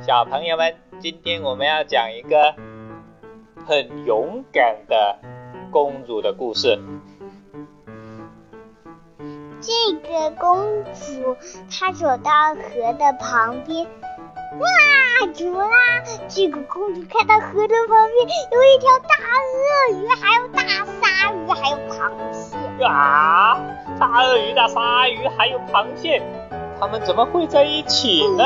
小朋友们，今天我们要讲一个很勇敢的公主的故事。这个公主她走到河的旁边，哇，怎么啦？这个公主看到河的旁边有一条大鳄鱼，还有大鲨鱼，还有螃蟹。啊，大鳄鱼、大鲨鱼还有螃蟹，它们怎么会在一起呢？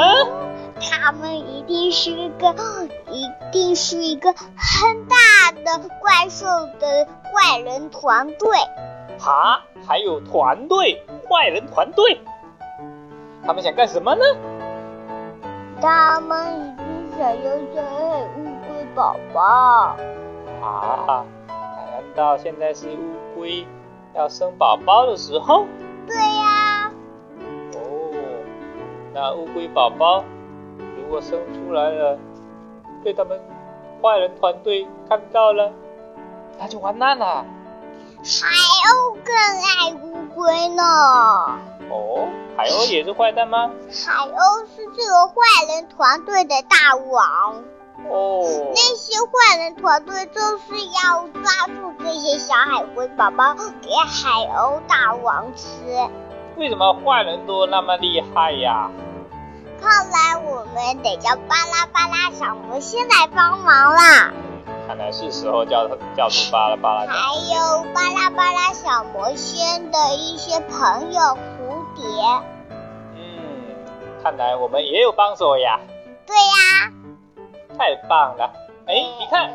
他们一定是一个，哦一定是一个很大的怪兽的怪人团队。啊，还有团队，坏人团队，他们想干什么呢？他们一定想要杀害乌龟宝宝。啊，难道现在是乌龟要生宝宝的时候？对呀、哦，那乌龟宝宝如果生出来了，被他们坏人团队看到了，那就完蛋了。海鸥更爱乌龟呢。哦，海鸥也是坏蛋吗？海鸥是这个坏人团队的大王，哦，那些坏人团队就是要抓住这些小海龟宝宝给海鸥大王吃。为什么坏人都那么厉害呀？看来我们得叫巴拉巴拉小魔仙来帮忙啦。看来是时候叫叫出巴拉巴拉的。还有巴拉巴拉小魔仙的一些朋友蝴蝶。嗯，看来我们也有帮手呀，对呀、太棒了！哎，你看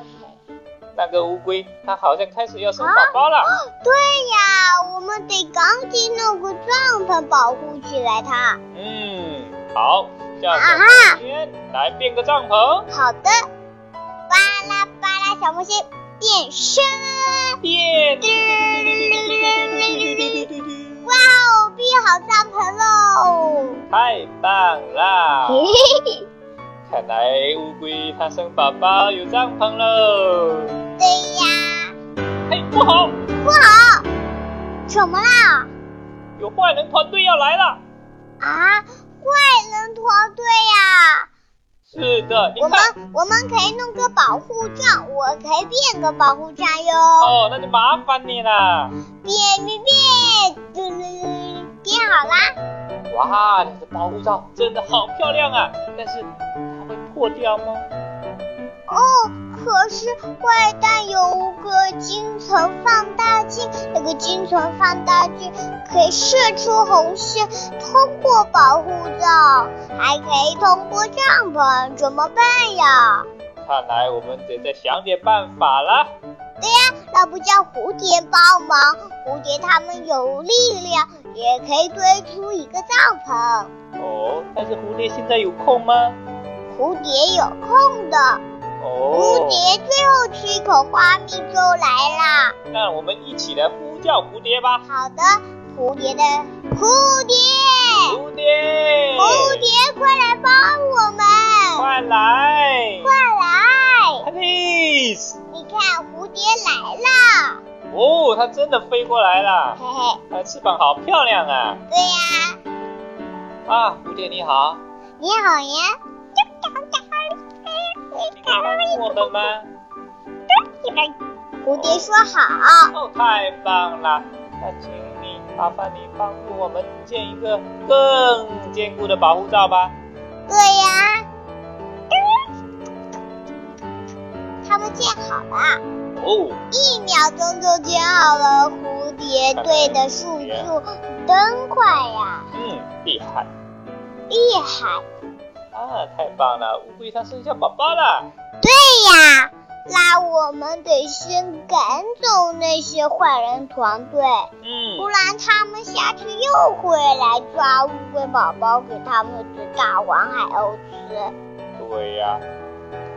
那个乌龟，它好像开始要生宝宝了。对呀、我们得赶紧弄个帐篷保护起来它。嗯，好，叫小魔啊哈仙来变个帐篷，好的，巴拉巴拉小魔仙变身， 变。哇哦，变好帐篷喽！太棒啦！嘿嘿嘿，看来乌龟它生宝宝有帐篷喽。对呀，嘿，不好，不好，怎么啦？有坏人团队要来了。啊，坏人团队呀！是的，你我看。们我们可以弄个保护罩，我可以变个保护罩哟。哦，那就麻烦你啦！变变变，嘟噜噜噜变好啦！哇，你的保护罩真的好漂亮啊！但是它会破掉吗？哦，可是坏蛋有个金层放大镜，那个金层放大镜可以射出红线，通过保护罩，还可以通过帐篷，怎么办呀？看来我们得再想点办法啦。对呀、那不叫蝴蝶帮忙？蝴蝶它们有力量，也可以堆出一个帐篷。哦，但是蝴蝶现在有空吗？蝴蝶有空的，蝴哦，蝶最后吃一口花蜜就来啦。那我们一起来呼叫蝴蝶吧。好的，蝴蝶的蝴蝶，蝴蝶，蝴，蝶快来帮我们，快来快来！ ，please！你看蝴蝶来啦，哦，它真的飞过来了嘿，嘿，它的翅膀好漂亮啊！对呀、啊，蝴蝶你好，你好呀。你可以帮助我们吗？蝴蝶说好，哦，太棒了！那请你麻烦你帮助我们建一个更坚固的保护罩吧。对呀、嗯他们建好了。哦，一秒钟就接好了蝴蝶队的速度，真快呀！嗯，厉害厉害！啊，太棒了！乌龟它生下宝宝了。对哎呀，那我们得先赶走那些坏人团队，嗯不然他们下次又会来抓乌龟宝宝给他们的大王海鸥吃。对呀、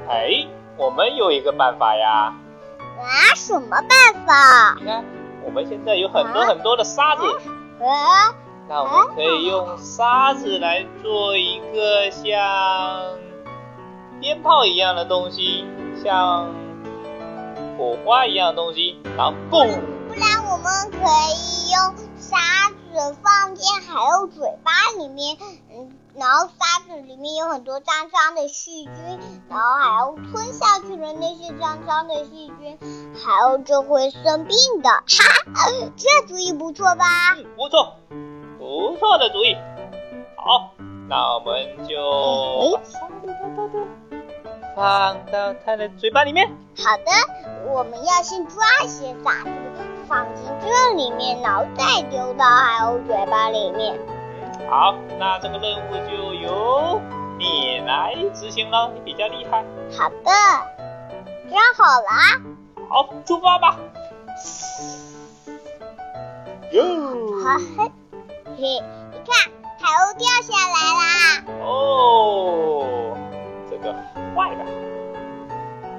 哎，我们有一个办法呀！拿什么办法？你看，我们现在有很多啊很多的沙子，啊，那我们可以用沙子来做一个像鞭炮一样的东西，像火花一样的东西，然后嘣。不然我们可以用沙子放进海鸥嘴巴里面，嗯，然后沙子里面有很多脏脏的细菌，然后还要吞下去的那些脏脏的细菌，还有就会生病的。哈，呃这主意不错吧？嗯，不错，不错的主意。好，那我们就哎，放到它的嘴巴里面。好的，我们要先抓一些沙子放进这里面，然后再丢到海鸥嘴巴里面。嗯，好，那这个任务就由你来执行了，你比较厉害。好的，抓好了啊。好，出发吧。好，哟，嘿，嘿，你看，海鸥掉下来啦！哦，这个坏的。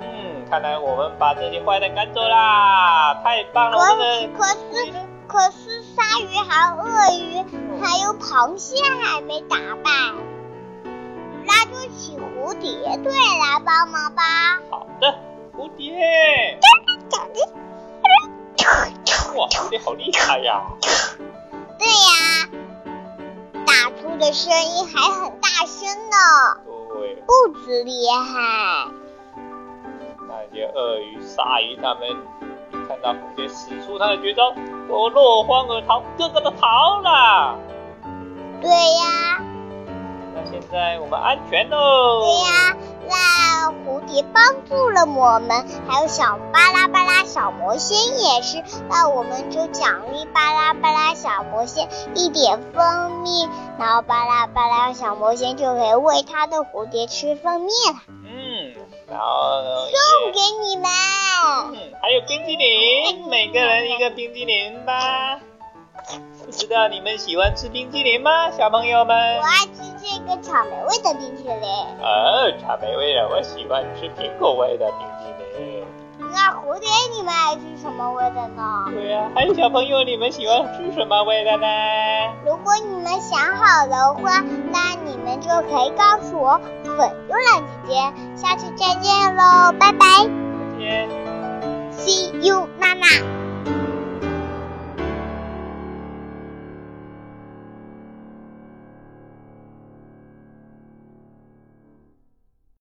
嗯，看来我们把这些坏蛋赶走啦，太棒了，可我们的可是可是，鲨鱼还有鳄鱼，还有螃蟹还没打败。拉住起蝴蝶队来帮忙吧！好的蝴蝶。哇，蝴蝶好厉害呀！对呀，打出的声音还很大声呢，对，不止厉害。那些鳄鱼、鲨鱼它们看到蝴蝶使出它的绝招，都落荒而逃，个个都逃了。对呀，那现在我们安全对喽。呀，那蝴蝶帮助了我们，还有小巴拉巴拉小魔仙也是，那我们就奖励巴拉巴拉小魔仙一点蜂蜜，然后巴拉巴拉小魔仙就可以喂它的蝴蝶吃蜂蜜了，嗯，然后送也给你们。嗯，还有冰激凌，每个人一个冰激凌吧。不知道你们喜欢吃冰激凌吗，小朋友我们？爱吃这个草莓味的冰淇淋，哦，草莓味的，我喜欢吃苹果味的冰激凌。那蝴蝶你们爱吃什么味的呢？对呀、还有小朋友，你们喜欢吃什么味的呢？如果你们想好的话，那你们就可以告诉我粉月亮姐姐。下次再见喽，拜拜再见。 ，See you，娜娜。